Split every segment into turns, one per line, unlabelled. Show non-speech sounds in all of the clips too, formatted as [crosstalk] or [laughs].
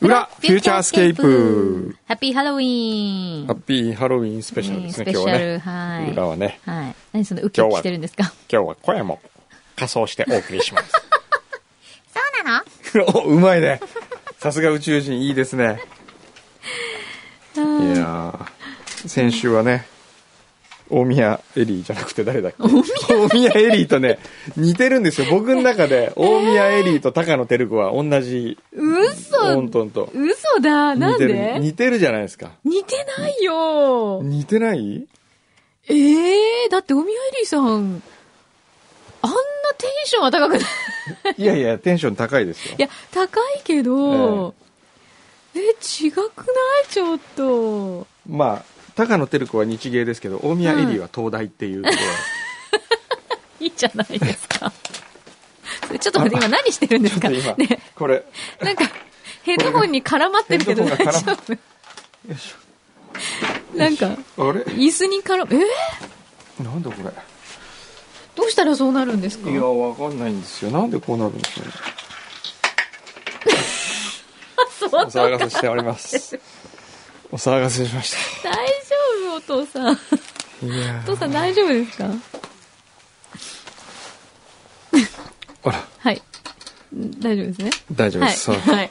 ューチャースケープ。
ハッピーハロウィーン。
ハッピーハロウィンスペシャルですね、
ね
今日はね
スペ。シャルはい
裏はね、
はい。何そのウキウキしてるんですか
今日は声も仮装してお送りします。
そうなの
[laughs] おうまいね。 [laughs] さすが宇宙人、いいですね。いやー先週はね、大宮エリーじゃなくて誰だっけ大宮エリーとね、似てるんですよ。僕の中で、大宮エリーと高野照子は同じ、
嘘
音トンと。
嘘だな
似
ん
て
で
る、似てるじゃないですか。
似てないよ
似てない
ええー、だっておみやえりさん、あんなテンションは高くない。
[laughs] いやいや、テンション高いですよ
い。や、高いけど、え違くないちょっと。
まあ、高野照子は日芸ですけど、大宮エリーは東大っていうことで、
いいじゃないですか。 [laughs] ちょっと待って、今何してるんですか
ちょっと今、
ね、
これ、
なんか、ヘッドホンに絡まってるけど
ヘ
大
ッドホン
丈
が
夫なんか、
あれ
椅子に絡む、えー
なんだこれ。
どうしたらそうなるんですか
いや、わかんないんですよ。なんでこうなるんですかね。
そう
お騒がせしております。お騒がせしまし
大丈夫、お父さん。
た。いや
お
ー
父さん大丈夫ですか
ほら、
はい。ん大丈夫ですね。
大丈夫
は
で
い。
す。そう [laughs]
はい。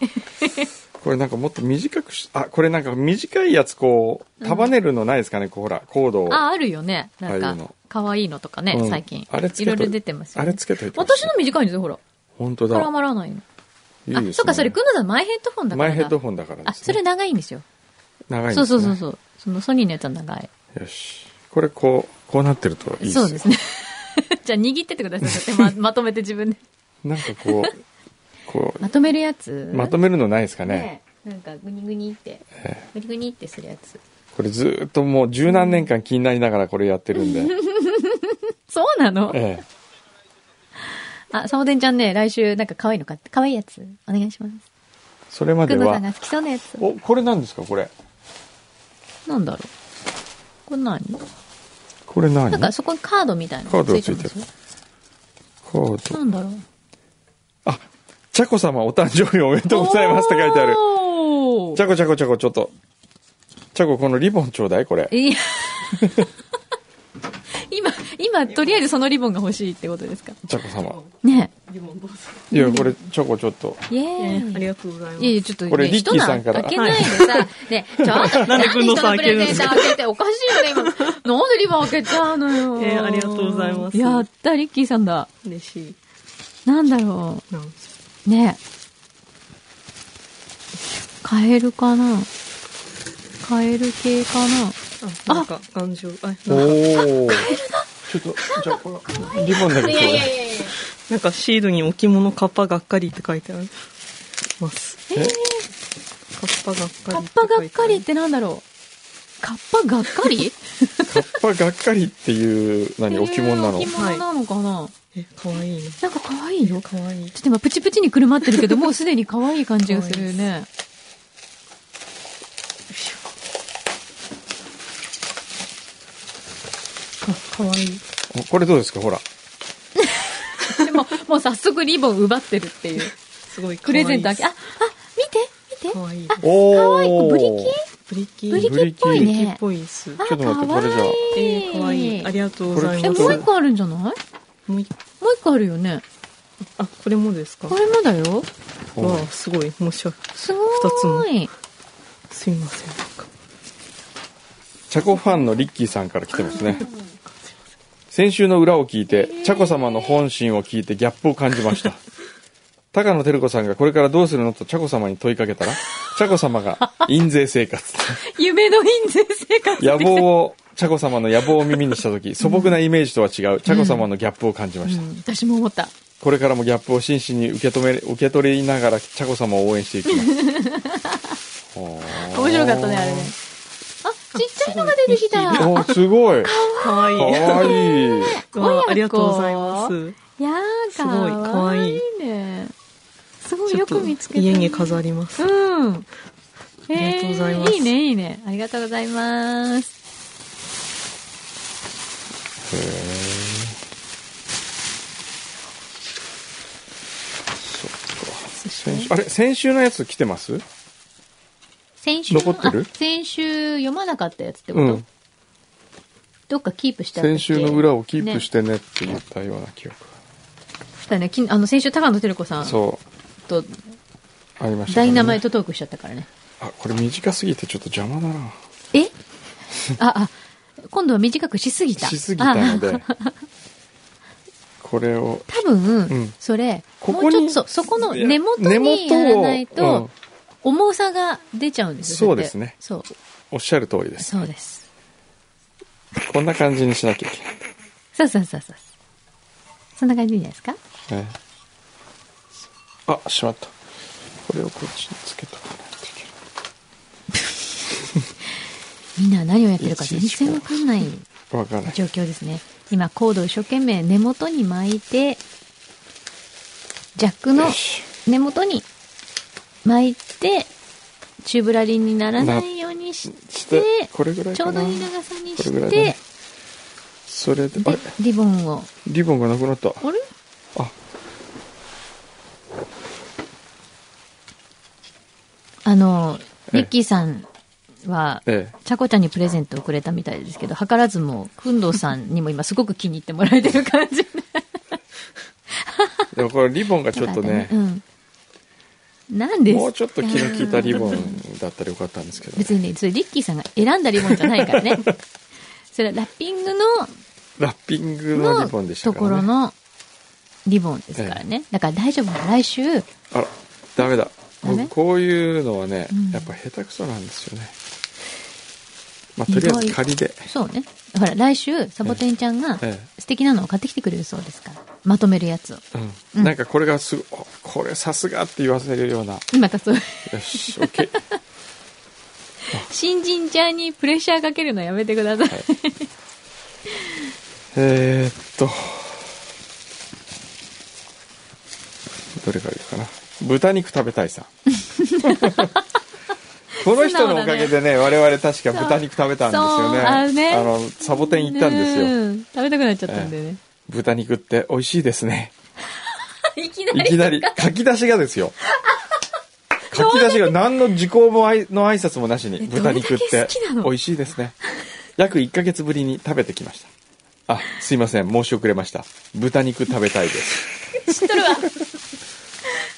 これなんかもっと短くし、あ、これなんか短いやつこう、束ねるのないですかね、こうほら、コードを。
あ、あるよね。なん
ああい
か
うの、
可愛いのとかね、
うん
最近。
あれつ
い
け
ろ
と
いろ出てますよ、
あ
ね。
れつけといてほしい
私の短いんですよ、ほら。
本当だ。
絡まらないの。
いい
あ
です、ね。
そっか、それ、くんのさん前ヘッドホンだから
前
だ。
ヘッドホンだからです、ね。
あ、それ長いんですよ。
長いんです、
そ
ね。
うそうそうそう。そのソニーのやつは長い。
よし。これこう、こうなってるといいです
そ
よ
うですね。 [laughs] じゃあ握ってってく
[laughs]
ださい。だってままとめて自分で。
なんかこう、こ
まとめるやつ
う、まとめるのないですかね。
ねなんかグニグニって、グニグニってするやつ。
これずーっともう十何年間気になりながらこれやってるんで。
そうなの
[laughs] ええ。
あ、サボテンちゃんね、来週なんか可愛いの買って、可愛いやつ、お願いします。
それま
く
で
んのさんが
は。
好きそうなやつ。
お、これなんですかこれ。
なんだろう。これ何
これ何
なんかそこにカードみたいな
カー
の
ド
が
が
つ
つ
い
い
て
て
ま
る
すよ。
カード。
なんだろう。
あ、ちゃこ様お誕生日おめでとうございますって書いてある。
お
ち
ー
ゃこちゃこちゃこちょっと。ちゃここのリボンちょうだいこれ。
いや [laughs] 今、今、とりあえずそのリボンが欲しいってことですか
ちゃこ様。
ね
リボンどうぞ。
いや、これチョコちょっと。
え。イ
え
エ
ーあ
ー
り
イ。
がとうございます。
いやいや、ちょっと、ね、
これリッキーさんから
人の開けないでさ、ね、ちょっと、
[laughs]
なんで
くんの
人
さ
のプ
ん開け
レ
るん
ゼ
で
ン
す
ト
か
開けて、おかしいよね、今。なんでリボン開けちゃうの
[laughs]
よ。
えーありがとうございます
やった、リッキーさんだ。
嬉しい。
なんだろ
なん
う。ねカエルかなカエル系かな
あ、なんか、感情、あ、
お
なん
お。
[laughs]
か、
ちょっと、じゃあこれ、リボンだけちょうだい。
いや。
なんかシールに置物カッパがっかりって書いてあります。
えー、
カッパがっかり。
カッパがっかりっ。てなんだろう。カッパがっかり
カッパがっかりっていう、何、置物なの
えー置物なのかな、
え、かわいい
なんか可愛いよ
な。。かわいい。
ちょっと今プチプチにくるまってるけど、もうすでに可愛い感じがするよね。
あ、かわいい。
おこれどうですかほら。
[laughs] でも、もう早速リボン奪ってるっていう。
すごい可
プ
愛い。
レゼント開け、あ、あ、見て、見て
か。わいい。
お
可愛い
お。
ブリキ
ブリキ
ブリキっぽい
ブリキっ
ね。
ぽいです。
あ、
ちょっと待ってこれじゃあ
可
え
愛
ー、かわいい。ありがとうござい
え、
ます。
もう一個あるんじゃないもう
もう一
一個あるよね。
個。あ、これもですか
これもだよ。
おう
わあ、すごい。申し訳。
すごーい。
すいません。なんか
チャコファンのリッキーさんから来てますね。先週の裏を聞いて、チャコ様の本心を聞いてギャップを感じました。高野照子さんがこれからどうするのとチャコ様に問いかけたら、チャコ様が印税生
[laughs]
活。
夢の印税生活。
野望を、チャコ様の野望を耳にした時素朴なイメージとは違う、チャコ様のギャップを感じました。
うん私も思った。
これからもギャップを真摯に受け止め、受け取りながら、チャコ様を応援していきます。
[laughs]
面
面白かったね、あれね。あ、ちっちゃいのが出てきた。や
おーすごい。
かわいい。
かわいい。
わ
親子
あありがとうございます。
ー、
すごい
かわいいね。すごい、
ちょ
よ
っと
く見つけたね。
家に飾ります。
うん。あ
りがとうございます
いいね、いいね。ありがとうございます。
へーそっか先週あれ先週のやつ来てます
先週、
残ってる
あ先週読まなかったやつってこと、
うん。
どっかキープした。
先週の裏をキープしててねって言ったような記憶
だね、きあの先週、高野照子さ
が。
ん
そ
と
う。ありました
ダ
ね。
イナマイトトークしちゃったからね。
あ、これ短すぎてちょっと邪魔だな。
えあ、あ、今度は短くしすぎた。
しすぎたの
あ [laughs]
で。これを。
多分、
うん
それ、
こ
も
こ
うち
に
ょっとそ、そこの
いや
根元
根元
に
を
やらないと、
うん
重さが出ちゃうんですよ
そうですね
そう。
おっしゃる通りです。
そうです。
こんな感じにしなきゃいけ
そうそうそうそう。そんな感じでいいんじゃないですか
ない。ねあ、しまった。これをこっちにつけとかないといけない。
みんな何をやってるか全然わかんない
わからない。
状況ですね。今、コードを一生懸命根元に巻いて、ジャックの
よし
根元に巻いて、チューブラリンにならないようにし
して
て、、
これぐらい
ち
か
ょ
な。
うどいい長さに
これぐら
し
いだ
て
ね、それで、あ
で
れ、
リボンを。
リボンがなくなった。
あれ
あ、
あの、
ええ
リッキーさんは、
え
ちゃこちゃんにプレゼントをくれたみたいですけど、図らずも、くんどうさんにも今すごく気に入ってもらえてる感じで。
え。でもこれリボンがちょっとね
う、ん。なんです
もうちょっと気の利いたリボ
いや
ンだったらよかったんですけどね、
別にね、それリッキーさんが選んだリボンじゃないから
[laughs]
ね。それはラッピング
ラッピング
の、
のリボン
の
でした
と
か
ころ
ら、ね。
のリボンですからね。だから大丈夫。来週、
あら、ダメだ。
ダメ
僕こういうのはね
うん、
やっぱ下手くそなんですよね。まあ、とりあえず仮で。
そうね。ほら、来週、サボテンちゃんが
ええ
素敵なのを買ってきてくれるそうですから。まとめるやつを。
うん
うん
なんかこれがすごあこれさすがって言わせるような。よ
またそう、
し、OK。
新人ちゃんにプレッシャーかけるのやめてください。
えー、っと。どれからいいかな。豚肉食べたい
[laughs]
さん。この人のおかげでね、我々確か豚肉食べたんですよね。
そうあのね
あの、サボテン行ったんですよ。
うん食べたくなっちゃったんだよね。
豚肉って美味しいですね。
いきないり。
きなり、書き出しが
[laughs]
ですよ。書き出しが何の時効もあいの挨拶もなしに、
え
豚肉っ
どれだ
て
け好きなの
美味しいですね。約1ヶ月ぶりに食べてきました。あ、すいません、申し遅れました。豚肉食べたいです。
知っとるわ。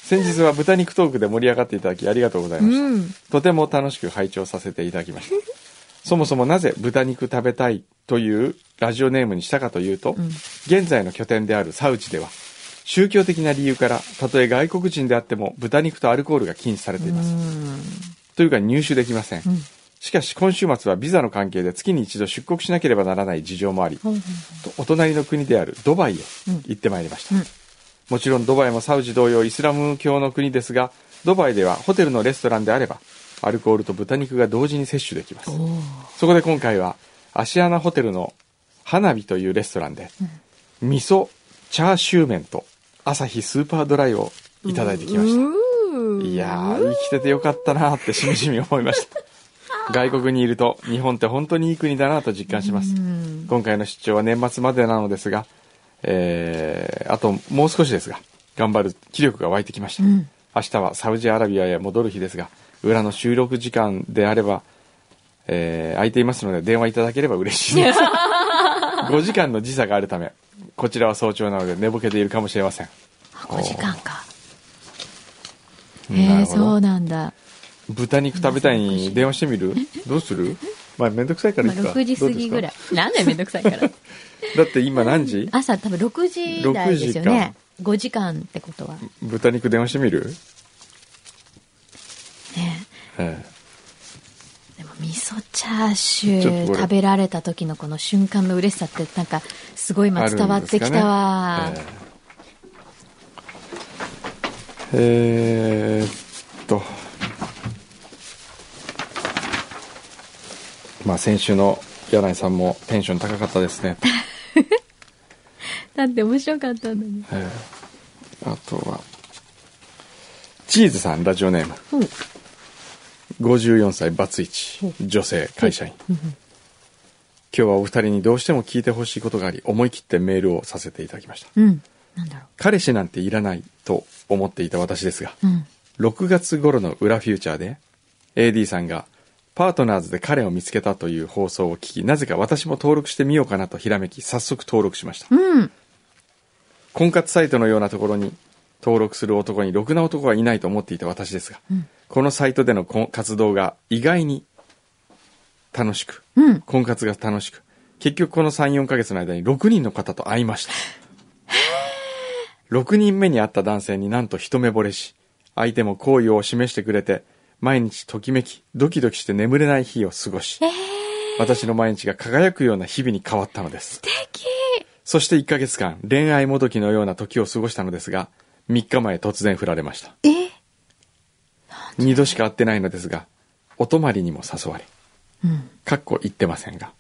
先日は豚肉トークで盛り上がっていただきありがとうございうました。
ん。
とても楽しく拝聴させていただきました。そもそもなぜ豚肉食べたいというラジオネームにしたかというと、
うん
現在の拠点であるサウジでは、宗教的な理由から、たとえ外国人であっても豚肉とアルコールが禁止されています。というか入手できません。
うん
しかし今週末はビザの関係で月に一度出国しなければならない事情もあり、
うん。
とお隣の国であるドバイへ
うん
行ってまいりました、
うん
もちろんドバイもサウジ同様イスラム教の国ですがドバイではホテルのレストランであればアルコールと豚肉が同時に摂取できます
おー
そこで今回はアシアナホテルの花火というレストランで、味噌チャーシュー麺と朝日スーパードライをいただいてきました、いやー生きててよかったなーってしみじみ思いました外国にいると日本って本当にいい国だなと実感します、
うん
今回の出張は年末までなのですが、えー、あともう少しですが、頑張る気力が湧いてきました。
うん
明日はサウジアラビアへ戻る日ですが、裏の収録時間であれば、えー空いていますので電話いただければ嬉しい
[laughs]
です。5時間の時差があるため、こちらは早朝なので寝ぼけているかもしれません。
あ、5時間か。
な
へえ、
るほど
そうなんだ。
豚肉食べたいに電話してみるどうするまあめんどくさいから
今
いいか。
6時過ぎぐらい
どうで。
なんだよ、めんどくさ
[laughs]
いから。
すかだって今何時
朝多分6時台ですよね。5時間ってことは。
豚肉電話してみる
ね
ええ
でも味噌チャーシュ
ちょっと
ー
これ
食べられた時のこの瞬間の嬉しさってなんかすごい今
あるんです
伝
か
わ
ね
ってきたわ、
えーえーっとまあ先週の柳井さんもテンション高かった
[laughs]
ですね、
だって面白かったんだね
えーあとはチーズさんラジオネーム
うん
54歳バツイチ女性会社員今日はお二人にどうしても聞いてほしいことがあり思い切ってメールをさせていただきました
うんなんだろ
彼氏なんていらないと思っていた私ですが
ううん
6月頃の裏フューチャーで AD さんがパートナーズで彼を見つけたという放送を聞きなぜか私も登録してみようかなとひらめき早速登録しました
うん。
婚活サイトのようなところに登録する男にろくな男はいないと思っていた私ですが、
ん
このサイトでの婚活動が意外に楽しく
うん。
婚活が楽しく結局この34ヶ月の間に6人の方と会いました6人目に会った男性になんと一目惚れし相手も好意を示してくれて毎日ときめきドキドキして眠れない日を過ごし、私の毎日が輝くような日々に変わったのです
敵
そして1ヶ月間恋愛もどきのような時を過ごしたのですが3日前突然振られました
え
2度しか会ってないのですがお泊まりにも誘われ
うん。
かっこ言ってませんが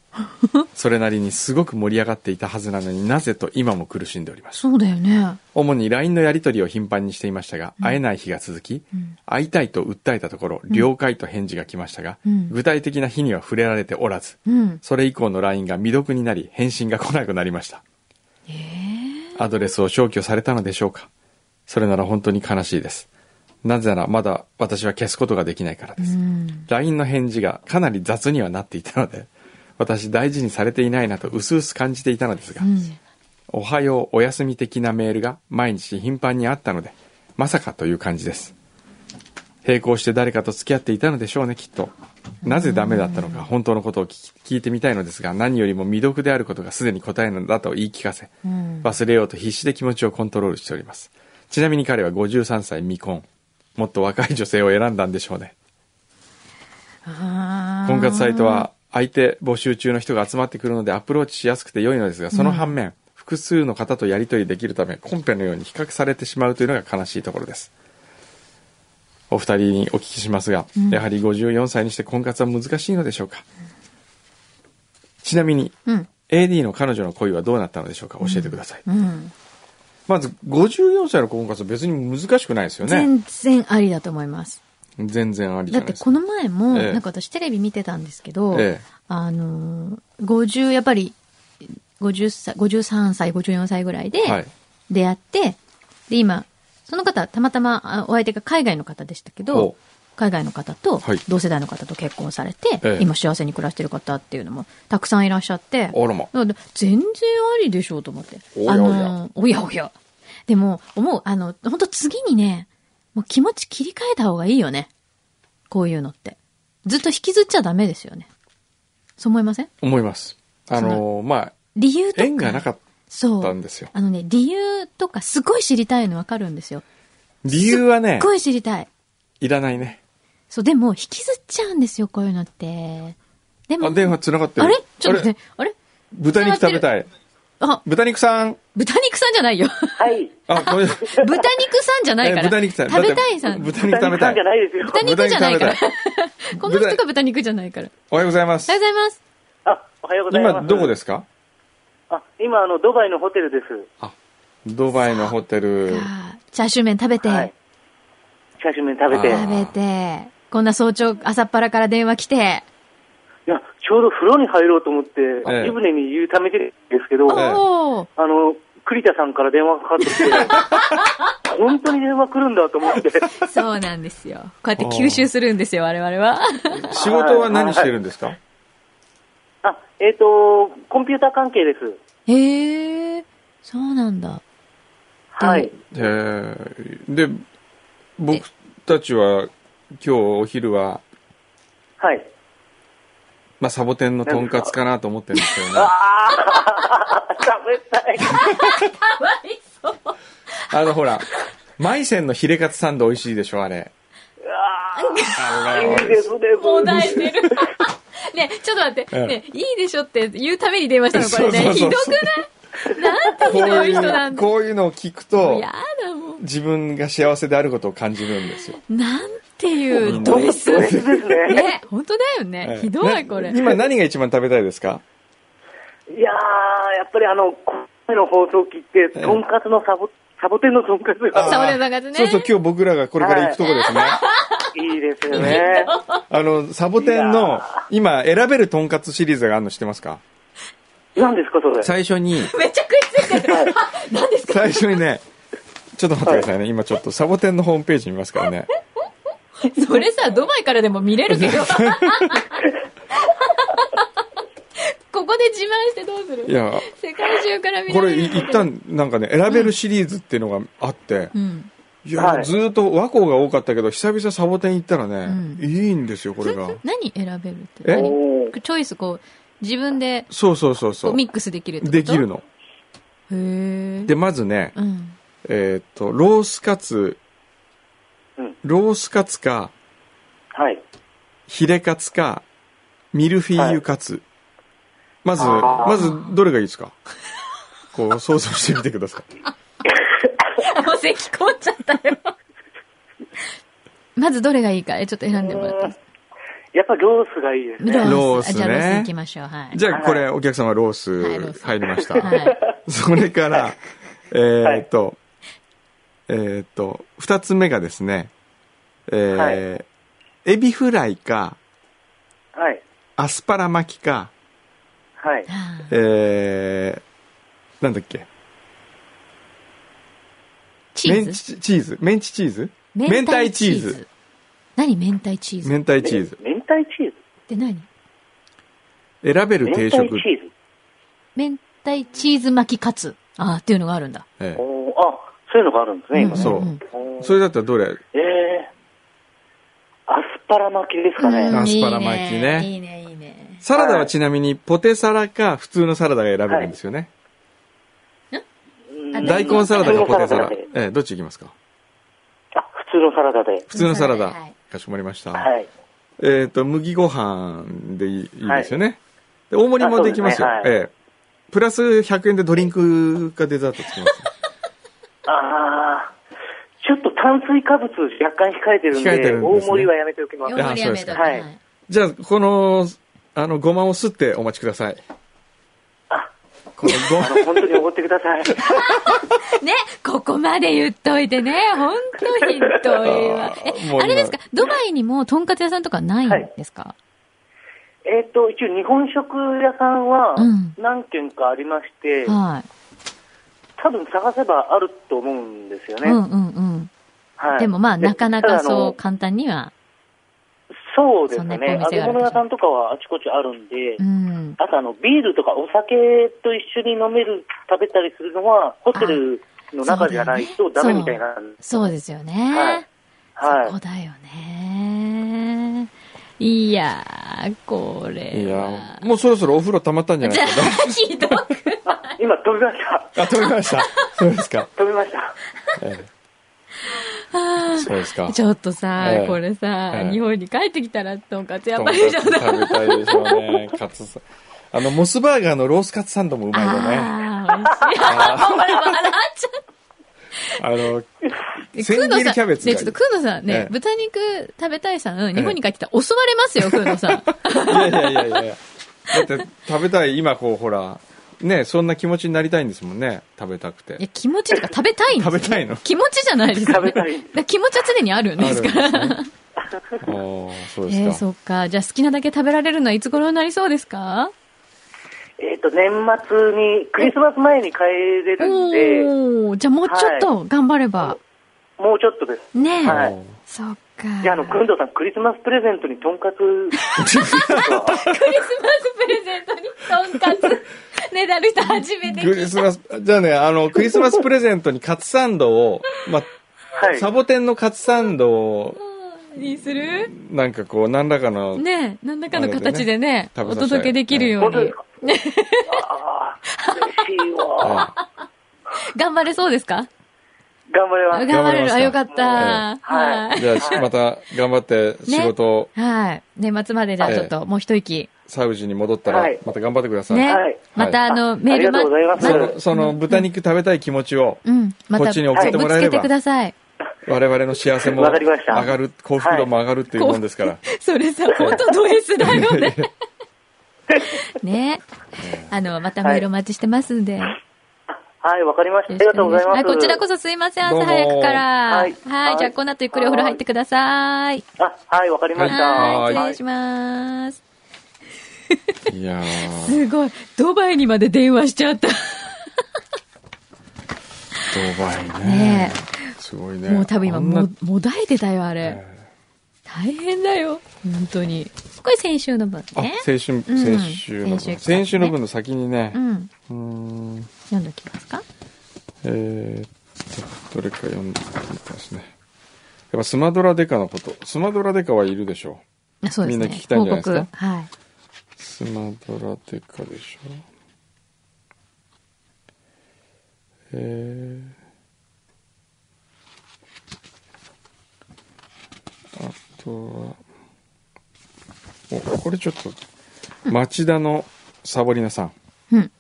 それなりにすごく盛り上がっていたはずなのになぜと今も苦しんでおります
そうだよね。
主に LINE のやり取りを頻繁にしていましたが、会えない日が続き、会いたいと訴えたところ了解と返事が来ましたが、
うん
具体的な日には触れられておらず
うん。
それ以降の LINE が未読になり返信が来なくなりましたアドレスを消去されたのでしょうかそれなら本当に悲しいですなぜならまだ私は消すことができないからで
う
す、
ん。
LINE の返事がかなり雑にはなっていたので私大事にされていないなと薄々感じていたのですが、
うん。
おはようおやすみ的なメールが毎日頻繁にあったのでまさかという感じです並行して誰かと付き合っていたのでしょうねきっとなぜダメだったのか本当のことを聞き聞いてみたいのですが何よりも未読であることがすでに答えなのだと言い聞かせ
うん。
忘れようと必死で気持ちをコントロールしておりますちなみに彼は53歳未婚もっと若い女性を選んだんでしょうね婚
婚
活サイト。は相手募集中の人が集まってくるのでアプローチしやすくて良いのですがその反面、複数の方とやり取りできるためコンペのように比較されてしまうというのが悲しいところですお二人にお聞きしますが、
うん
やはり54歳にして婚活は難しいのでしょうか、ちなみに
うん。
AD の彼女の恋はどうなったのでしょうか教えてください、
うん。
まず54歳の婚活は別に難しくないですよね
全然ありだと思います。
全然ありじ
だ
ゃな
っ
い
て
ですか
この前も、
ええ
なんか私テレビ見てたんですけど、
ええ
あのー、50、やっぱり、50歳、53歳、54歳ぐらいで、
はい
出会って、で、今、その方、たまたまあお相手が海外の方でしたけ
ほ
ど、海外の方と
はい、
同世代の方と結婚されて、
ええ
今幸せに暮らしてる方っていうのもたくさんいらっしゃって、
あらま
なので全然ありでしょうと思って。
おやおや
あのー、おやおや。でも、思う、あの、本当次にね、もう気持ち切り替えた方がいいよね。こういうのって。ずっと引きずっちゃダメですよね。そう思いません
思いますあ
そ
のまあ
理由とか。
縁がなかっ
そう
たんですよ
あのね、理由とかすごい知りたいのわかるんですよ。
理由はね
すっごい知りたい。
いらないね。
そう、でも引きずっちゃうんですよ、こういうのって。でも、
あ、電話繋がってる。
あれちょっとね、あれ
豚肉食べたい。
あ、
豚肉さん。
豚肉さんじ
[laughs]
ゃないよ。
はい。
あ、ごめんなさい。
豚肉さんじゃ [laughs] ないから。
え豚肉さん。
食べ
だったて
いさん。
豚肉食べた
さ
い
んじゃ。ないですよ。
豚肉じゃないから
豚肉。
[laughs] この人が豚肉じゃないから。
おはようございます
おは。ようございます。
あ、おはようございます。
今、どこですすか
あ、今、あの、ドバイのホテルです。
あ、ドバイのホテル。
あーチャーシュー麺食べて、
はい。チャーシュー麺食べて。
あー
食べて、こんな早朝、朝っぱらから電話来て、
いや、ちょうど風呂に入ろうと思って、
ええ
湯船に湯ためてるんですけど、
ええ
おー、
あの、栗田さんから電話かかってきて、本当に電話来るんだと思って、
そうなんですよ。こうやって吸収するんですよ、我々 [laughs] は。
仕事は何してるんですか
あ、えっ、と、コンピューター関係です。
へえ、そうなんだ。
はい。
えーで、僕たちは今日お昼は、
はい。
まあ、サボテンのとんかつかなと思ってるんですけどね。
食べたい。
あの、ほら、マイセンのヒレカツサンド美味しいでしょ、あれ。あれ
いいですね、
もうだえ [laughs] てる。ね、ちょっと待って、
ええ
ね、いいでしょって言うために電話したの、これね。
そう
ひ
そ
ど
う
く
そう
ないなんてひどい人なんだ。
こういうのを聞くと
やだもう。
自分が幸せであることを感じるんですよ。
なんていうド S。
ド S ですね。
ね、本当だよね。ひど、
ない
これ。
今何が一番食べたいですか
いやー、やっぱりあの、今回の放送機って、とんかつのサボ、サボテンのとんかつ
あ
が
サボテンの中でね
そうそう、今日僕らがこれから行くとこですね。
いいですよね。
あの、サボテン
い
の
や、
今選べるとんかつシリーズがあるの知ってますか
何ですか、それ。
最初
[laughs]
に、
めっちゃ食いついてる。何ですか
最初にね、ちょっと待ってくださいね。今ちょっとサボテンのホームページ見ますからね。
それさ、ドバイからでも見れ
[laughs]
るけど。ここで自慢してどうする
いや
世界中から見
こ
ら
れ
れる
い
んだけど。
一旦なんかね選べるシリーズっていうのがあって、
うん。
いや、
はい
ずーっと和光が多かったけど久々サボテン行ったらね、
うん
いいんですよこれが
何選べるって。
え
何
おー
チョイスこう、自分で
そうそうそうそ
こ
う
うミックスできるってこと
できる。の
へー
でまずね [laughs]
うん。
えーっとロースカツ
うん
ロースカツか
はい。
ヒレカツかミルフィーユカツ、まず
あー
まずどれがいいですかこう想像してみてくださ
[laughs]
い
もう咳込んじゃったよ。 [laughs] まずどれがいいか、えちょっと選んでもらっていいですか。
やっぱりロースがいいですね。
ロース
あじゃあロース
ね
行きましょう。はい。
じ
ゃ
ゃあこれお客様ロー
はいロー
ス
ス
入りました、
はい。
それから、えーっと、えーっと、二つ目がですね、えーエビフライか、
はい。
アスパラ巻きか、
はい。
あー
えー、なんだっけ、
チ
メン
ーズ。
チチーズ、メンチチーズ明太チーズ。。
何明太チーズっ
明太チーズ。
め明太チーズ。
て何
選べる
明
定
太チ
食。
ーズ。
明太チーズ巻きカツ。ああ、っていうのがあるんだ。
ええ
おーあ、そういうのがあるんですね、今
ん
ね。
そう
うん
おー
それだったらどれ
ええアスパラ巻きですか
うん
ね。
アスパラ巻きね
いいね、いいね。
サラダはちなみにポテサラか普通のサラダが選べるんですよね。
うん
あ
大根サラダかポテサラ
普通のサラダで。
ええどっち行きますか
あ、普通のサラダで。
普通のサラ
普通のサラダは
ダ
い。
かしこまりました。
はい。
えっ、と、麦ご飯でいいいいですよね。で大盛りもできますよ。
あそうですね
ええプラス100円でドリンクかデザートつき
[laughs]
ます。
ああ、ちょっと炭水化物若干控えてるんで、
控えてるんですね
大盛りはやめておきます。
大
いや
盛りやめとく
はい
はい
じゃあ、この、あの、ごまをすってお待ちください。
あ、
このご
あの、本当におごってください。 [laughs]
ね、ここまで言っといてね、ほんとひどい
[laughs]
わ。
あーもう
え、
今
あれですか、ドバイにもとんかつ屋さんとかないんですか、
えっと、一応日本食屋さんは
うん
何軒かありまして、
は
多分探せばあると思うんですよ
い。
ね。
うんうんうん。
はい、
でもまあ、
で
なかな
た
か
だあの
そう簡単には。
そうです
そんな
ね
いっぱいお。店
揚
があ
げ
る
物屋さんとかはあちこちあるんで、
うん。
あとあの、ビールとかお酒と一緒に飲める、食べたりするのは、ホテルの中じゃないとダメみたいなんです。
そうですよね。
はいはい
そこ。だよね。いやー、これ
い
は
や、。もうそろそろお風呂溜まったんじゃない
じゃ
で
あ
すか。、
[laughs] ひどく。
あ、今飛びました。
[laughs] あ、飛びました。そうですか。
飛びました。
ええそうですか。
ちょっとさ、
ええ
これさ、
ええ
日本に帰ってきたら、とんかつやっ
とんか
ぱ
つ
りいじゃない。
食べたいでしょうね。カツさあの、モスバーガーのロースカツサンドもうまいよね。
ああ、美味しい。もう笑っちゃう。
あの、
え
千
工藤
切り
さん
キャベツがいい
ね、ちょっと、くうのさんね、
ええ
豚肉食べたいさん、日本に帰ってきたら襲われますよ、くう
[laughs]
のさん。
いやいやいやいやいや。だって食べたい、今こうほら、ね、そんな気持ちになりたいんですもんね。食べたく
いや
て。、
気持ちとか食べたいんです
食べたいの
気持ちじゃないですよね
食べたい
だから気持ちは常にあるん
あ
で
る
す
ん
か
です
ら。[laughs]
ね。おーそう
えー、
ですか。
そっか。じゃあ好きなだけ食べられるのはいつ頃になりそうですか
えっ、と、年末に、クリスマス前に帰れるんで、
おー、じゃあもうちょっと頑張れば。
もうちょっとです。
ねえ、
はい
おー
そっか。
じゃあ、あの、くんどうさん、クリスマスプレゼントにとんかつ、
クリスマスプレゼントにとんか
[laughs]
つねだる人初めて
ク
聞
リ
い
スマス、じゃあね、あの、クリスマスプレゼントにカツサンドを、まあ、
はい。
サボテンのカツサンドを、
たにする
なんかこう、何らかの、
ねえ、何らかの形でね、
あれでね
お届けできるよう
本当で
に [laughs]
す。かああ、嬉しいわ。
あ
頑張れそうですか
頑張れます。
頑張れる。あ、よ
頑
か
張
った。は。
はい
じゃあ、また頑張って仕事を、
はい。年末までじゃあちょっともう一息。
サウジに戻ったら
はい、
また頑張ってください。
ね
はい。
またあの、
あ
メール
ありがとうございます
その、その豚肉食べたい気持ちを、
うん。また、
こっちに送
って
ぶ
もら
つ
え
け
れば
てください。
我々の幸せも
わ
上
かりました
がる、幸福度も上がるっていうもんですから。
それさ、ほんとド S だよね。 [laughs] ねあの、またメールお待ちしてますんで。よ
はい、わかりました。あ
ろ
り
し
が
く
とう
お
ご
願
ざ
し
い
ま
ますす。
はい、こちらこそすいません、朝早くから。は
はいい、
じゃあこの後ゆっくりお風呂入ってください。
あ、はい、わかりました。
は、
はいい
失礼します。
いやー、
すごい。ドバイにまで電話しちゃった。
ドバイね。
ね
すごいね。
もう多分今、
あんな
も、もだえてたよ、あれ。
え
大変だよ。本当に。これ先週の分
あ、
ね。
青春、
うん
先週の分。
先週からね
先週の分の先にね
う。ん。
うーん。
読んでおきますか
えーっと、どれか読んでますね。やっぱスマドラデカのこと。スマドラデカはいるでしょ
あそうですね。
みんな聞きたいんじゃないですか
報告はい。
う。スマドラデカでしょ。えー。あとは、お、これちょっと、町田のサボリナさん。
うん。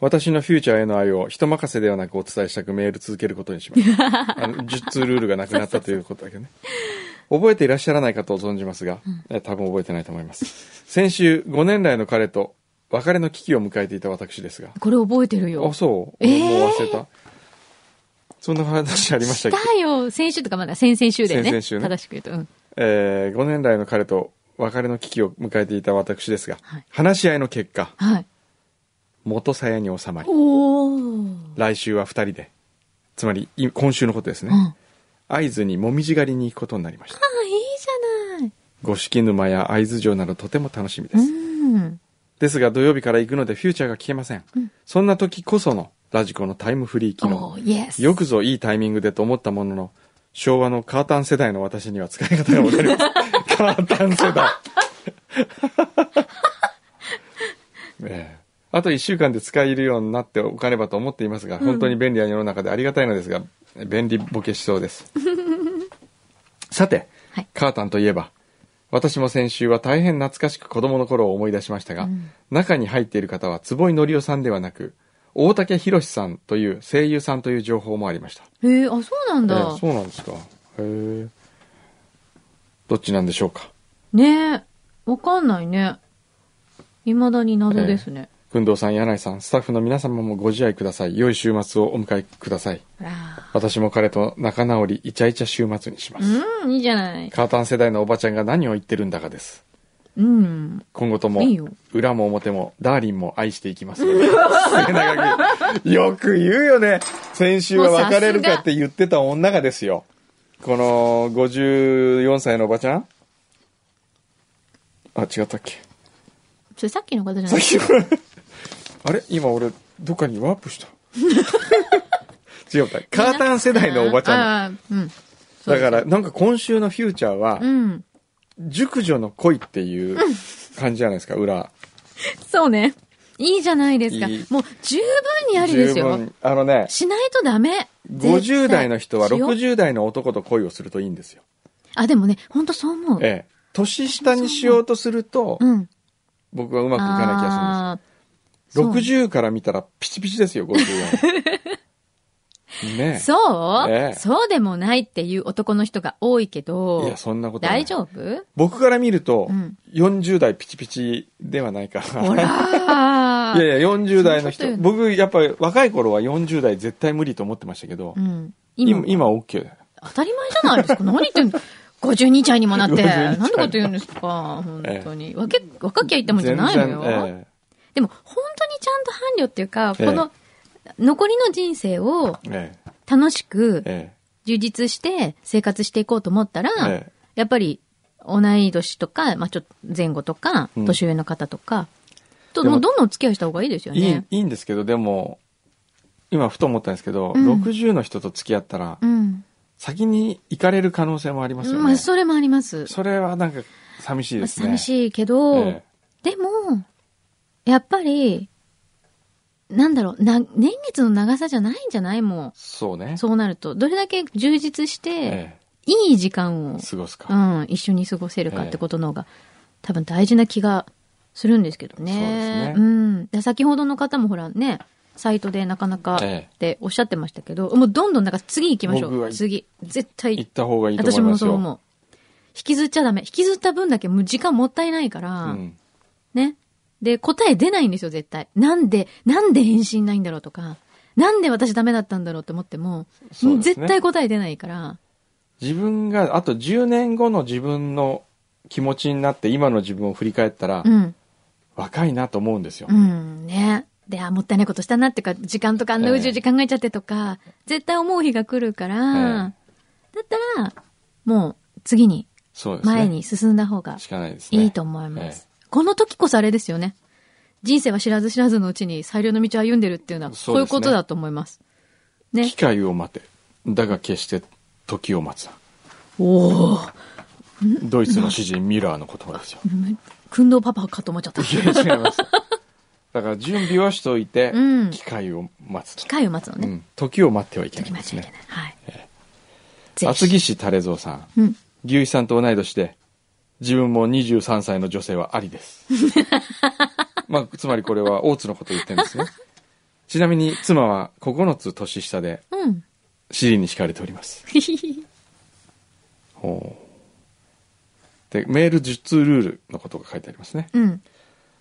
私のフューチャーへの愛を人任せではなくお伝えしたくメール続けることにしました。あの10通ルールがなくなったということだけどね。覚えていらっしゃらないかと存じますが、え多分覚えてないと思います。 [laughs] 先週、5年来の彼と別れの危機を迎えていた私ですが。
これ覚えてるよ。
あ、そう、
えー
もう忘れた。そんな話ありましたっけ
だよ。先週とかまだ先々週だよね。
先々週ね
正しく言うと。うん。
えー、5年来の彼と別れの危機を迎えていた私ですが、
はい
話し合いの結果、
はい。
元鞘に収まり、
おー。
来週は2人で、つまりい今週のことですね。
うん。あ、
会津にもみじ狩りに行くことになりました
いいじゃない。
五色沼や会津城などとても楽しみです、
うん。
ですが土曜日から行くのでフューチャーが聞けません、そんな時こそのラジコのタイムフリー機
お
能
ー、イエス。
よくぞいいタイミングでと思ったものの昭和のカータン世代の私には使い方がわかり
[laughs]
ますカータン世代ええあと1週間で使えるようになっておかねばと思っていますが、本当に便利な世の中でありがたいのですが便利ボケしそうです
[laughs]
さて
はい。
カータンといえば私も先週は大変懐かしく子供の頃を思い出しましたが、
うん
中に入っている方は坪井紀夫さんではなく大竹宏さんという声優さんという情報もありました
えー、あ、そうなんだ。
ええそうなんですかへえどっちなんでしょうか
ねえ。わかんないね。未だに謎ですね。
工藤さん柳井さんスタッフの皆様もご自愛ください良い週末をお迎えください
あら
私も彼と仲直りイチャイチャ週末にします、
うん、いいじゃない。
カータン世代のおばちゃんが何を言ってるんだかです
うん。
今後とも
いいよ
裏も表もダーリンも愛していきますので末永くよく言うよね先週は別れるかって言ってた女がですよこの54歳のおばちゃんあ違ったっけ
それさっきの方じゃ
さ
な
っ
い。
きのあれ今俺どっかにワープした違ったカータン世代のおばちゃん
あーうん。そ
だ
うです
からなんか今週のフューチャーは
うん。
熟女の恋っていう感じじゃないですか裏
そうね。いいじゃないですか。
いい
もう十分にありですよ。
あのね
しないとダメ。
50代の人は
絶対しよう
60代の男と恋をするといいんですよ。
あ、でもね、ほんとそう思う。
ええ。年下にしようとすると
う、ん。
僕はうまくいかない気が
あ
するん
ー
です。60から見たらピチピチですよ、50代。ねえ。
そう、
ええ
そうでもないっていう男の人が多いけ
い
ど
や、、そんなことない。
大丈夫
僕から見ると
うん、
40代ピチピチではないか
ほ
な。
ら
[laughs] いやいや、40代の
そん
人。
なこと
僕、やっぱり若い頃は40代絶対無理と思ってましたけど
う、ん。今
今、今 OK だよ。
当たり前じゃないですか。何言ってんの52歳に
[laughs]
もなって、
52歳
なんてこと言うんですか、本当に。若け若きゃ言ったもんじ
全
ゃないのよ。
然、え
でも、本当にちゃんと伴侶っていうか、
ええ
この、残りの人生を
えええ
楽しく、
え
充実して生活していこうと思ったら、
ええ
やっぱり、同い年とか、まあちょっと前後とか、
うん
年上の方とか、と、
でも
もうどんどんお付き合いした方がいいですよ
いい
ね。
いいんですけどでも今ふと思ったんですけど、
うん
60の人と付き合ったら、
うん。
先に行かれる可能性もありますよね、
まあ、それもあります。
それはなんか寂しいですね
寂しいけど、
え
でも、やっぱり、なんだろう、な、年月の長さじゃないんじゃないも
そうね
う。そうなると。どれだけ充実して、
え
いい時間を
え、過ごす
う
か、
ん、一緒に過ごせるかってことの方が、多分大事な気がするんですけど
そうです
ね
ね。
うん。で先ほどの方もほらね、サイトでなかなか
ええ
っておっしゃってましたけど、もうどんどんなんか次行きましょ
僕は
う。次。絶対
行った方がいいと思
私
い
も
ます
そう
よ
思う。引きずっちゃダメ。引きずった分だけもう時間もったいないから、
ん、
ね。で、答え出ないんですよ、絶対。なんで、なんで返信ないんだろうとか、なんで私ダメだったんだろうって思っても、
そうですね
絶対答え出ないから、
自分があと10年後の自分の気持ちになって今の自分を振り返ったら、
うん。
若いなと思うんですよ、
うん、ね。で、あ、もったいないことしたなっていうか、時間とかあんな
ええ
うじうじ考えちゃってとか、絶対思う日が来るから、だったら、もう次に
そうですね。
前に進んだ方が
しかないですね。
いいと思います
え。
この時こそあれですよね。人生は知らず知らずのうちに最良の道を歩んでるっていうのは、
そ
こ
う
うい
ですね
うことだと思います。
え
ね
機。会を待て。だが決して時を待つな。
おー。
ドイツの詩人ミラーの言葉ですよ。
訓導パパかと思っちゃった。
い
機
や、違います。だから準備はしといて、
うん
機会を待つと。
会を待つの
う
ね。
ん。時を待ってはいけ
時
ないで
待
す
ちゃいけ
ね
ない。。はい。ぜひ
厚木市垂蔵さん。
うん。
牛一さんと同い年で、自分も23歳の女性はあり [laughs] です。まあ、つまりこれは大津のことを言ってるんですね。ちなみに妻は9つ年下で、
うん。 [laughs]
尻に敷かれております。
ひひひ
ほうで、メール10通ルールのことが書いてありますね。
うん。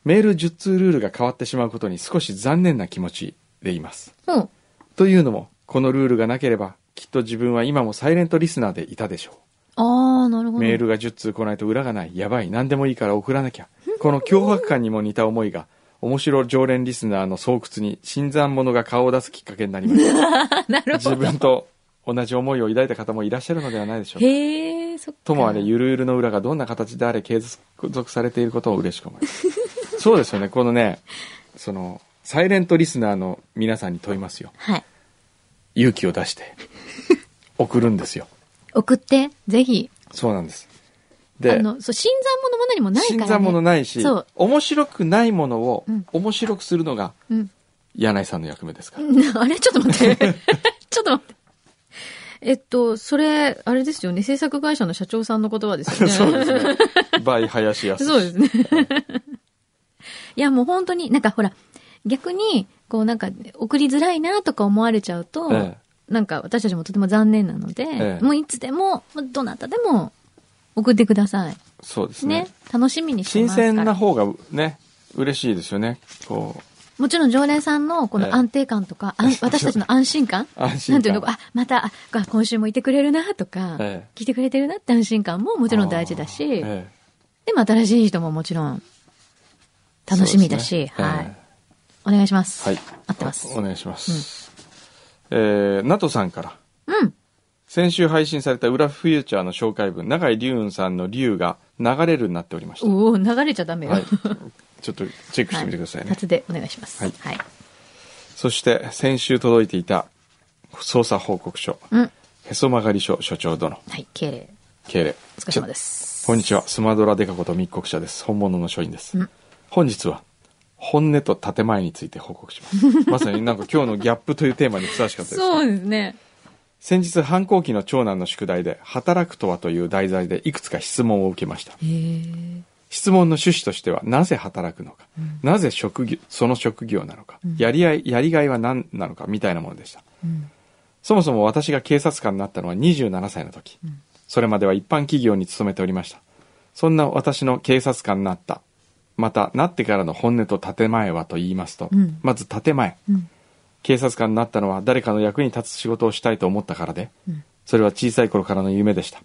メール10通ルールが変わってしまうことに少し残念な気持ちでいます。
もう、
というのも、このルールがなければ、きっと自分は今もサイレントリスナーでいたでしょう。
あー、なるほど。
メールが10通来ないと裏がないやばい何でもいいから送らなきゃこの脅迫感にも似た思いが面白常連リスナーの巣窟に新参者が顔を出すきっかけになりました
[laughs] なるほ
自
ど。
分と同じ思いを抱いた方もいらっしゃるのではないでしょうか
へー、そっか。
ともあれゆるゆるの裏がどんな形であれ継続されていることを嬉しく思います [laughs] そうですよねこのねそのサイレントリスナーの皆さんに問いますよ
はい。
勇気を出して
[laughs]
送るんですよ
送って、ぜひ。
そうなんです
あ
で
の、そう、新参者も何もないから、
新
ね。
参者ないし
そう、
面白くないものを
うん
面白くするのが
うん。 [laughs]
柳井さんの役目ですから。
あれちょっと待って。 [laughs] ちょっと待って。えっと、それ、あれですよね。制作会社の社長さんの言葉です
[laughs]
よね。
そうですね。バイ林康。
そうですね。 [laughs] いや、もう本当に、なんかほら、逆に、こうなんか、送りづらいなとか思われちゃうと、
え
なんか私たちもとても残念なので、
ええ
もういつでも、もうどなたでも送ってください。
そうです
ね。
ね。
楽しみにして
新
ますから。
鮮な方がね、嬉しいですよね。こ
もちろん常連さんのこ
ええ
の安定感とか、あん
[laughs]
私たちの安心感
安心感
なんていうのあ、また、あ今週もいてくれるなとか、
ええ
来てくれてるなって安心感もも
う。
ちろん大事だし、
あーええ
でも新しい人ももちろん楽しみだ
そう
し、
ですね
はい、
え
お願いします。
えはい。
合ってます
お。お願いします。えー、ナトさんから。
うん。
先週配信された裏フューチャーの紹介文、永井龍雲さんの龍が流れるになっておりました。
おお流れちゃダメよ。
はい。ちょっとチェックしてみてくださいね。
夏でお願いします。
は
はいい。
そして先週届いていた捜査報告書、
うん。
へそ曲がり署所長殿
はい、敬礼。
敬礼
お疲れ様です。
こんにちはスマドラデカこと密告者です本物の署員です、
うん
本日は本音と建前について報告します
[laughs]
まさになんか今日のギャップというテーマにふさわしかったですね
そうですね。
先日反抗期の長男の宿題で「働くとは」という題材でいくつか質問を受けました
へえ。
質問の趣旨としてはなぜ働くのか、なぜ職業その職業なのか、やりあいやりがいは何なのかみたいなものでした、
ん
そもそも私が警察官になったのは27歳の時、それまでは一般企業に勤めておりましたそんな私の警察官になったまたなってからの本音と建前はと言いますと、
うん
まず建前、
うん。
警察官になったのは誰かの役に立つ仕事をしたいと思ったからで、
うん
それは小さい頃からの夢でした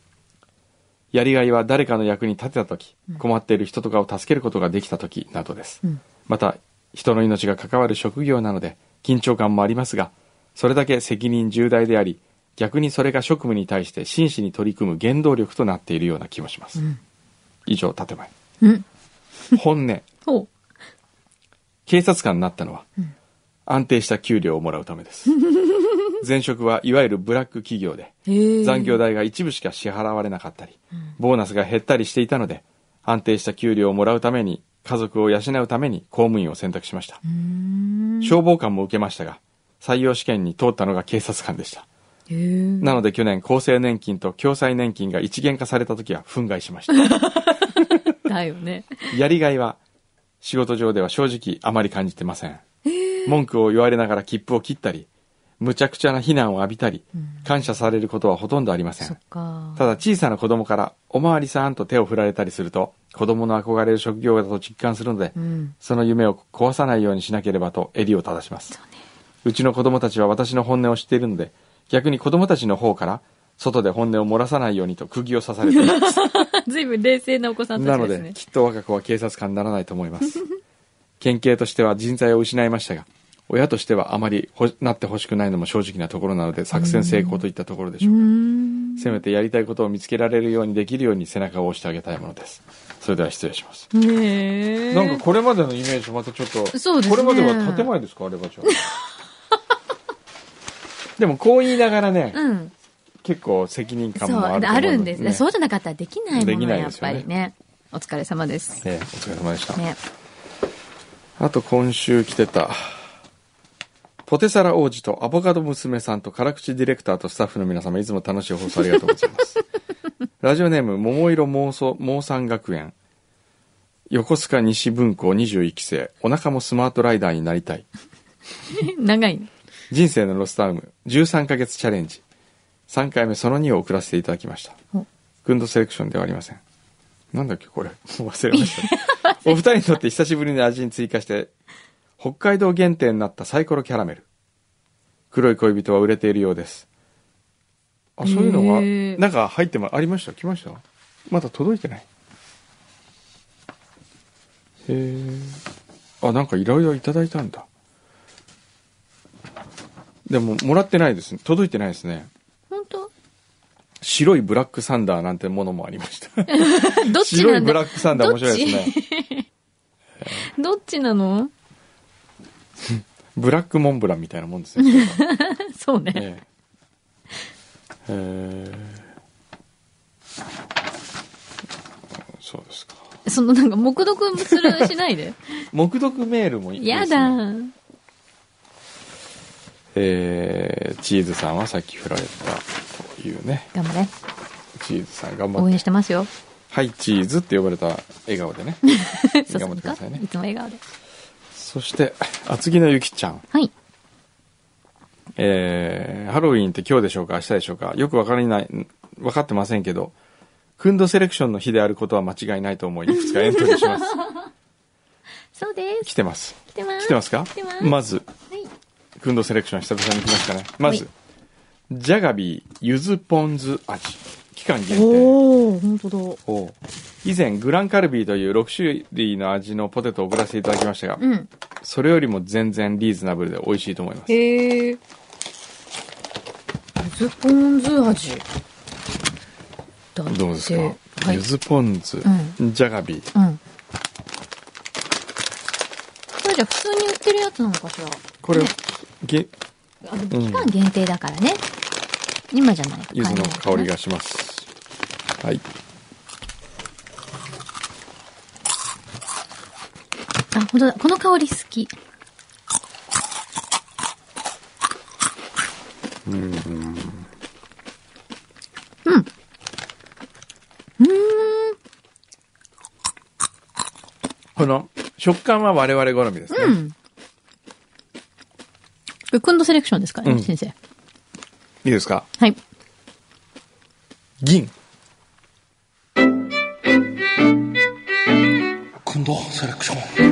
やりがいは誰かの役に立てた時困っている人とかを助けることができた時などです、
うん
また人の命が関わる職業なので緊張感もありますがそれだけ責任重大であり逆にそれが職務に対して真摯に取り組む原動力となっているような気もします、
ん
以上建前
うん。
本音
ほう。
警察官になったのは、安定した給料をもらうためです
[laughs]
前職はいわゆるブラック企業で
へえ。
残業代が一部しか支払われなかったり、ボーナスが減ったりしていたので安定した給料をもらうために家族を養うために公務員を選択しました
うーん。
消防官も受けましたが採用試験に通ったのが警察官でした
へえ。
なので去年厚生年金と共済年金が一元化された時は憤慨しま
[laughs]
した
だよね。
やりがいは仕事上では正直あまり感じてません、文句を言われながら切符を切ったりむちゃくちゃな非難を浴びたり、感謝されることはほとんどありませ
そ
ん
っか。
ただ小さな子供から「おまわりさん」と手を振られたりすると子供の憧れる職業だと実感するので、
うん。
その夢を壊さないようにしなければと襟を正しますうちの子供たちは私の本音を知っているので逆に子供たちの方から外で本音を漏らさないようにと釘を刺され
[laughs]
ています
ずいぶん冷静なお子さん
な
た
の
ちです
で
ね。
きっと我が子は警察官にならないと思います
[laughs]
県警としては人材を失いましたが親としてはあまりほなってほしくないのも正直なところなので作戦成功といったところでし
う
ょう
ー
か
ん。
せめてやりたいことを見つけられるようにできるように背中を押してあげたいものですそれでは失礼します
ねえ。
なんかこれまでのイメージとまたちょっと、
そうですね
これまでは建前ですかあれは
[laughs]
じゃあでもこう言いながらね、
うん。
結構責任感
そう、
もあると思う
あるんですね。そううじゃなかったらできないも
で
の
き
が
ない
や
で
っ
すよ
ぱ
ね
りね。お疲れ様です。 [laughs]
ええお疲れ様でした、
ね。
あと今週来てたポテサラ王子とアボカド娘さんと辛口ディレクターとスタッフの皆様いつも楽しい放送ありがとうございますラジオネーム桃色妄想妄想学園横須賀西文庫21期生お腹もスマートライダーになりたい
長い。
人生のロスタイム13ヶ月チャレンジ3回目その2を送らせていただきました
お
グンドセレクションではありませんなんだっけこれ [laughs] もう忘れましたお二人にとって久しぶりに味に追加して北海道限定になったサイコロキャラメル黒い恋人は売れているようですあそういうの
へ
が
ー
なんか入ってまありました来ましたまだ届いてないへえあなんかいろいろいただいたんだでももらってないですね届いてないですね
本当
白いブラックサンダーなんてものもありま
[laughs]
した
どっち
白
ないん
ブ
だ
ラックサンダー面白いですね
[laughs] どっちなの
ブラックモンブランみたいなもんです
[laughs]
ね
そうね。
えええーそうですか
そのなんか、目読する、しない
[laughs]
で。
目読メールもいいですね
やだ。
えーチーズさんはさっき振られたというね
頑張れ。
チーズさん頑張
応
って
援してま
[laughs]
すよ。
はいチーズって呼ばれた笑顔で
[laughs]
ね
そう
頑張ってくださいね
いつも笑顔で。
そして厚木のゆきちゃん
はい。
えーハロウィーンって今日でしょうか明日でしょうかよくわからない、わかってませんけど、クンドセレクションの日であることは間違いないと思い、いくつかエントリーし
[laughs]
ます。
そうです。
来てます。
来てます。
来てますか
来てます。
まず、
はい。
クンドセレクション久々に来ましたね。まず、ジャガビー、ゆずポン酢味。期間限定。
おお本当だ。
おう以前、グランカルビーという6種類の味のポテトを送らせていただきましたが、
うん。
それよりも全然リーズナブルで美味しいと思います。
へえ。ー。ゆずポン酢味。だって
どうですか
はい。
ゆ
う
ずポン酢、
う
ジャガビー。
ん。これじゃ普通に売ってるやつなのかしら。
これ
ね、
げ
あでも期間限定だからね。今じゃないと
柚
買え
子
な
の
い
香りがしますはい
あ、本当だ。この香り好き。
この食感は我々好みですね、
うん。ウクンドセレクションですからね、
うん
先生。
いいですか
はい。
銀
くんどセレクション。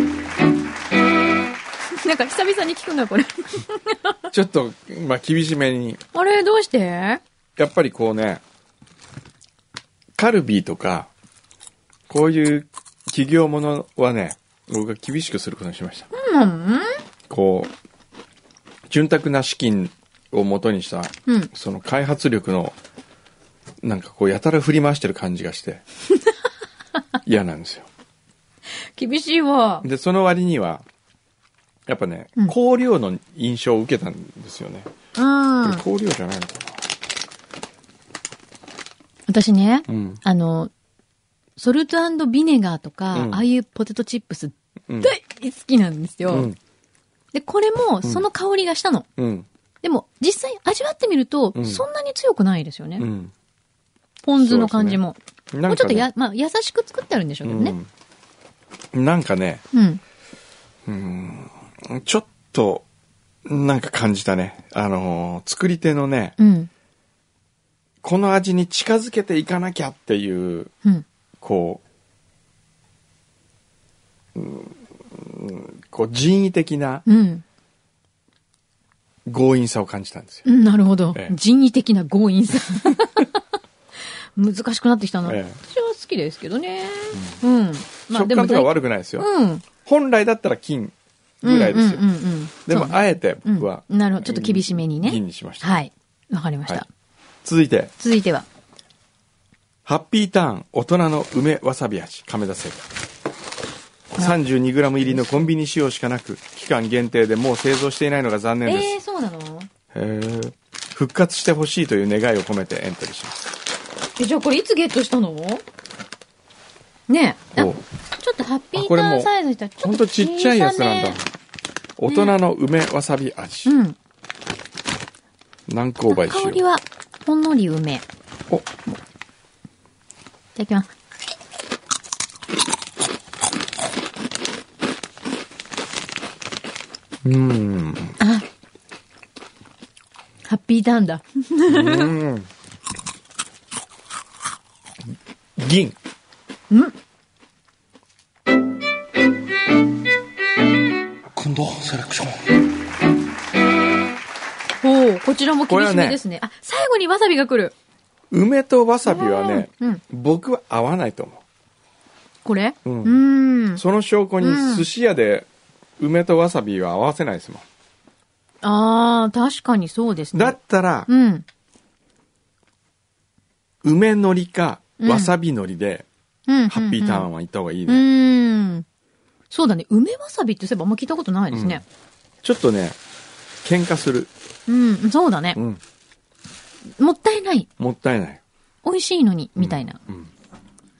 なんか久々に聞くな、これ。
ちょっとまあ厳しめに
[laughs] あれ、どうして
やっぱりこうねカルビーとかこういう企業ものはね僕が厳しくすることにしましたこう潤沢な資金を元にした、
うん
その開発力のなんかこうやたら振り回してる感じがして
[laughs]
嫌なんですよ
厳しいわ。
で、その割には、やっぱね、
うん
香料の印象を受けたんですよね。
うん。
これ香料じゃないのか
私ね、
な。うん。
あの、ソルトビネガーとか、
うん
ああいうポテトチップス
うん。
大好きなんですよ。
うん。
で、これもその香りがしたの。
うん。
でも、実際味わってみると、
うん
そんなに強くないですよね。
うん。
ポン酢の感じも。
な
もうんちょ
か
っ
ね
とや、まあ、優しく作ってあるんでしょうけどね。
うん。なんかね、
うん。
ちょっと、なんか感じたね。あのー作り手のね、
うん。
この味に近づけていかなきゃっていう、
うん。
こう、うん、こう人為的な
うん。
強引さを感じたんですよ。
うんなるほど。
ええ
人為的な強
[laughs]
引さ。難しくなってきたな。
ええ
私は好きですけどね。うん。まあ
食
でも
感とか
大体、
悪くないですよ。
うん。
本来だったら金ぐらいですよ。
うんうんうんうん
で
そう
も、
ね
あえて僕は、
うんなるほどちょっと厳しめにね
銀にしました。
はい。わかりました。
はい続いて、
続いては。
ハッピーターン大人の梅わさび味亀田製菓 32g 入りのコンビニ仕様しかなく期間限定でもう製造していないのが残念です、
えー、そうなの
へー復活してほしいという願いを込めてエントリーします
え、じゃあこれいつゲットしたのねえ。あ
おう
ちょっとハッピ
あ
ータ
これ
ー
も
ンサイズにしたらち
ほ
ょ
ん
っと
とちっちゃいやつなんだ
小さ
大人の梅わさび味、
めうん。
南高梅
香り
塩
はほんのり梅。い
お
ただきます。
うん
あ。ハッピーターンだ。
うん銀
うん。
近藤セレクション
おお、こちらも
これ
厳
は
し
ね
めですね。あ、最後にわさびが来る。
梅とわさびはね、
うん
僕は合わないと思
これ
う
うんーん
う。その証拠に
うん
寿司屋で梅とわさびは合わせないですもん、
ああ、確かにそうですね。
だったら
うん。
梅のりか
うん
わさびのりで
うん。
ハッピーターン
は。
は行った方がいいね、
うーん。そうだね。梅わさびってそういえばあんま聞いたことないですね。
ちょっとね喧嘩する、
うん、そうだね
う。ん、
もったいない。
もったい [laughs] ない、
美味しいのに、みたいな。
うん、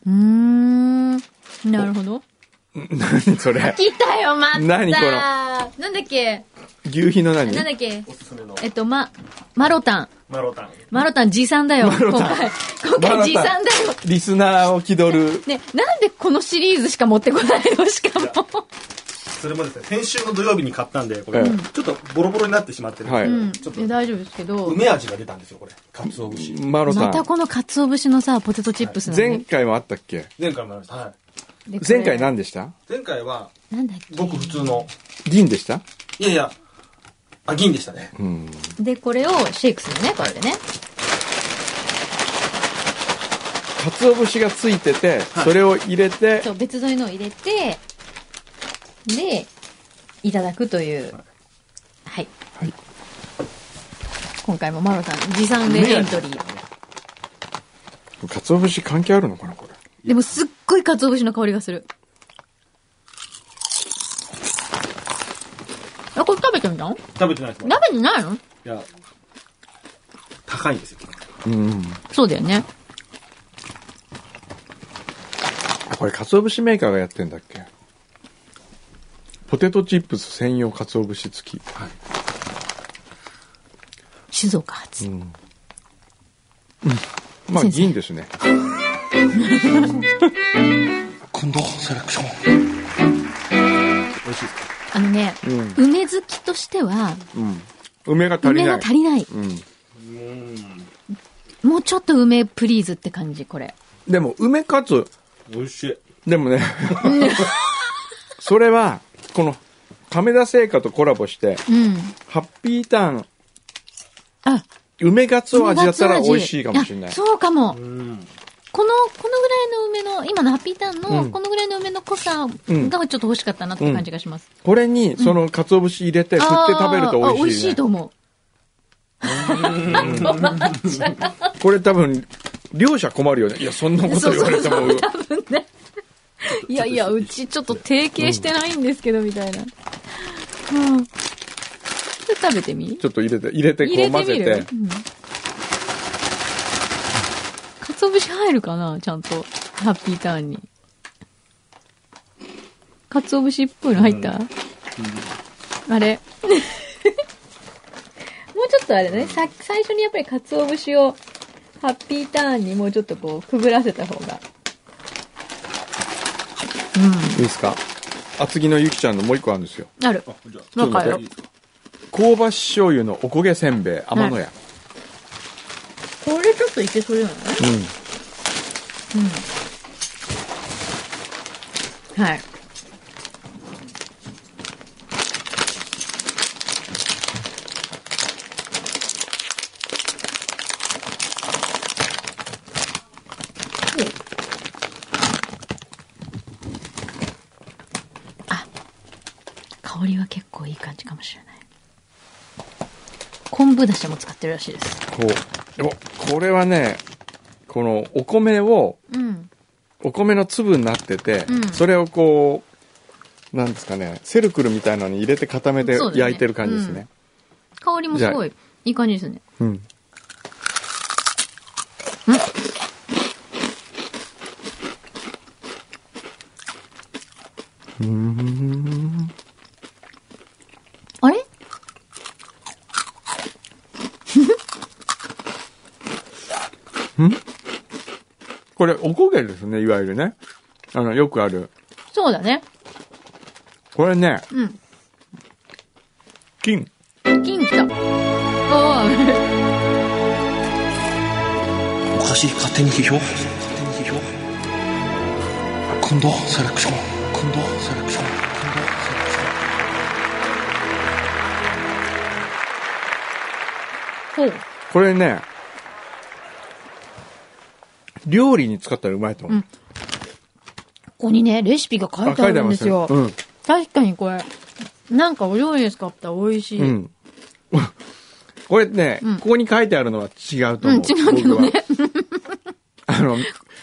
うーん。なるほど。
何それ
来たよ、待った
何この
なんだっけ
牛皮の何
なんだっけ
おすすめの
えっと、ま、マロタン。
マロタン
マロタン持参だよ。今回、今
マロタン
回持参だよ。
リスナーを気取る
ね、なんでこのシリーズしか持ってこないのしかも。
それもですね先週の土曜日に買ったんでこれ、
うん
ちょっとボロボロになってしまってるんで、
はい
うん
ちょっ。と
いや大丈夫ですけど。
梅味が出たんですよこれかつお節
マロさ
ま
ん
たこの鰹節のさ、ポテトチップスなの
前
ね
回もあったっけ
前回もありましたはい
でこれ
前回何でした
前回は
なんだっけ
ごく普通の
銀でした
いやいやあ銀でしたね
うん
で、これをシェイクするのね、こうやってね。
鰹節がついてて、それを入れて
そう、別添えのを入れて、で、いただくという。はい。
はい
今回もマロさん、持参でエントリー。
鰹節関係あるのかなこれ
でもすっごい鰹節の香りがする。あ、これ食べてみたの
食べてないですもんい
鍋にないの
や高いんですよ
うん
そうだよね。
あこれ鰹節メーカーがやってんだっけポテトチップス専用鰹節付き、
静岡発。
まあ
先生
銀ですね
近藤セレクション美味しいですか
あのね、
う
梅好きとしては、
うん梅が足り
梅
ない
が足りない。
うん、
もうちょっと梅プリーズって感じ、これ。
でも梅かつ
美味しい
で
[laughs]
もねそれはこの亀田製菓とコラボして
うん。
ハッピーターン
あ、
梅ガツオ味だったら
梅がつお味
美味しいかもしれない
あそうかも。
うん
この、このぐらいの梅の、今のハッピーターンの、
うん
このぐらいの梅の濃さがち
ん
ょっと欲しかったなって感じがします。
これにその鰹節入れて振って食べると美味しい、ね
あーあ美味しいと思う。
これ多分両者困るよねいやそんなこと言われても
[laughs] そうそうそう多分ね。いやいや、うちちょっと提携してないんですけど、みたいな。うん。ちょっと食べてみ
ちょっと入れて入れてこ
入れ
う混
て
ぜ
み
て
る。うん。かつお節入るかなちゃんと。ハッピーターンに。かつお節っぽいの入った、あ [laughs] れもうちょっとあれだね。さ最初にやっぱりかつお節をハッピーターンにもうちょっとこう、くぐらせた方が。
いいですか厚木のゆきちゃんのもう一個あるんですよ
ある。
あじゃあ
なんか
ちょっと待って香ばし醤油のおこげせんべい天野屋、
これちょっといけそうじゃないうん。はい。あ香りは結構いい感じかもしれない昆布だしも使ってるらしいです
うんこうおこれはねこのお米を、
うん。
お米の粒になってて、
うん
それをこう、なんですかね、セルクルみたいなのに入れて固めて
そうだね
焼いてる感じですね。
香りもすごい、いい感じですね。
うん。
あれ
これ、おこげですね、いわゆるね。あの、よくある。
そうだね。
これね、
うん。
金。
金来た。おー
おかしい勝手に批評勝手に批評今度セレクション今度セレクション今度セレクショ
ほ
ン
う。
これね、料理に使ったらうまいと思う。
ここにね、レシピが書いてあるんですよ。
あ書いて
確かにこれ、なんかお料理に使ったら美味しい。
ありますねうん。うん。 [laughs] これね、
うん
ここに書いてあるのは違うと思う。
うん違うけどね
僕は。
[laughs]
あの、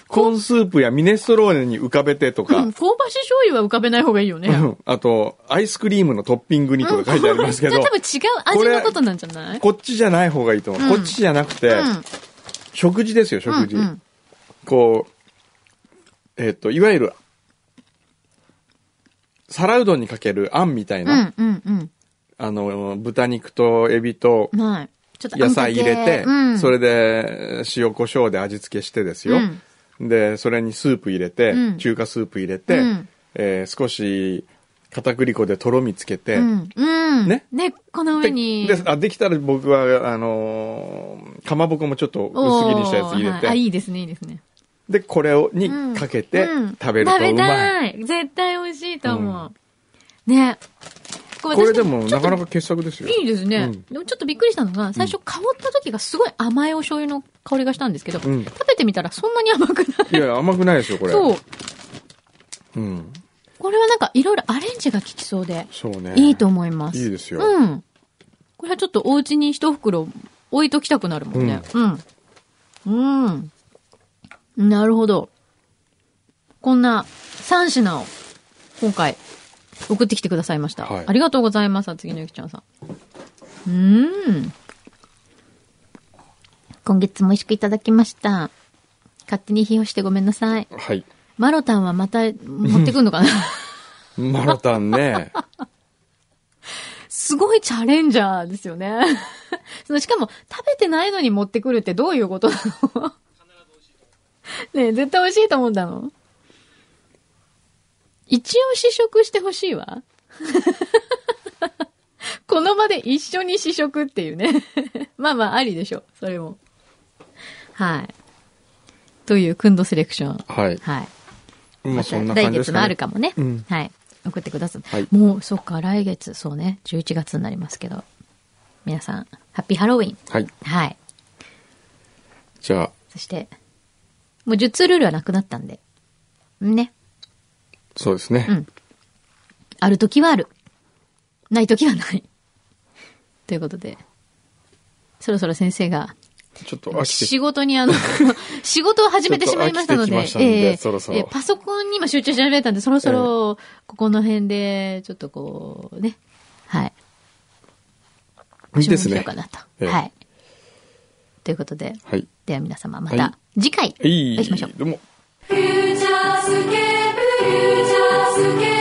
コーンスープやミネストローネに浮かべてと
う
か
ん、香ばし醤油は浮かべない方がいいよね。
うんあと、アイスクリームのトッピングにとか書いてありますけ
じゃあ
ど
多、分違う味のことなんじゃない
こっちじゃない方がいいと思う。
うん
こっちじゃなくて、
うん
食事ですよ、食事。
うんうん
こう、えっ、と、いわゆる、皿うどんにかけるあんみたいうな、
んうん
あの、豚肉とエビと
うん。はい。ちょっとあんかけ
野菜入れて、
うん、
それで塩コショウで味付けしてですよ。で、それにスープ入れて、
うん
中華スープ入れて、
うん
えー少し片栗粉でとろみつけて、
うん。うん。
ね
ね、この上に。
でであできたら僕は、あのーかまぼこもちょっと薄切りしたやつ入れ
おーはいあ、
て、
いいですね、いいですね。
で、これをに
うん
かけて
うん
食べるとうまい。
食べたい絶対美味しいと思う。ね。こ
これでも
私ち
な
ょっと
かなか傑作ですよ。
いいですね、
うん
でもちょっとびっくりしたのが、最初香った時がすごい甘いお醤油の香りがしたんですけど、
ん
食べてみたらそんなに甘くない。
いや、甘くないですよ、これ。
そう。
うん。
これはなんかいろいろアレンジが効きそうで、
そうね。
いいと思います。
いいですよ
うん。これはちょっとお家に一袋置いときたくなるもんね。うん。うん。なるほど。こんな3品を今回送ってきてくださいました。
はい
ありがとうございます、厚木のゆきちゃんさん。うん。今月も美味しくいただきました。勝手に費用してごめんなさい。
はい。
マロタンはまた持ってくんのかな
マロタンね。
すごいチャレンジャーですよね。 [laughs] そのしかも、食べてないのに持ってくるってどういうことなの [laughs] ねえ、絶対美味しいと思うんだの。一応試食してほしいわ。 [laughs] この場で一緒に試食っていうね。 [laughs] まあまあ、ありでしょ。それも。はい。という、くんどセレクション。 [laughs]
はい。
はい。
まあそんな
来
感じです
月
か
も
ね。
あるかもね。
うん
はい。送ってください。
はい
もう、そっか、来月、そうね、11月になりますけど、皆さん、ハッピーハロウィン。
はい。
はい。
じゃあ、
そして、もう10通ルールはなくなったんで、ね。
そうですね。
うんある時はある。ない時はない。ということで、そろそろ先生が、
ちょっと飽きて
仕事にあの、 [laughs] 仕事を始めてしまいましたの
ちょっと飽
で
きてきましたんで
ええ
そろそろ
ええパソコンに今集中し始めたんで、そろそろ、ここの辺で、ちょっとこう、ね、はい。
いいです
しよ
ね
うか。なと。
ええ
はい。ということで、
はい。
では皆様、ま
は
た次回、お
いい
会いしましょう。
どうも。
「フューチャースケープフューチャースケープル」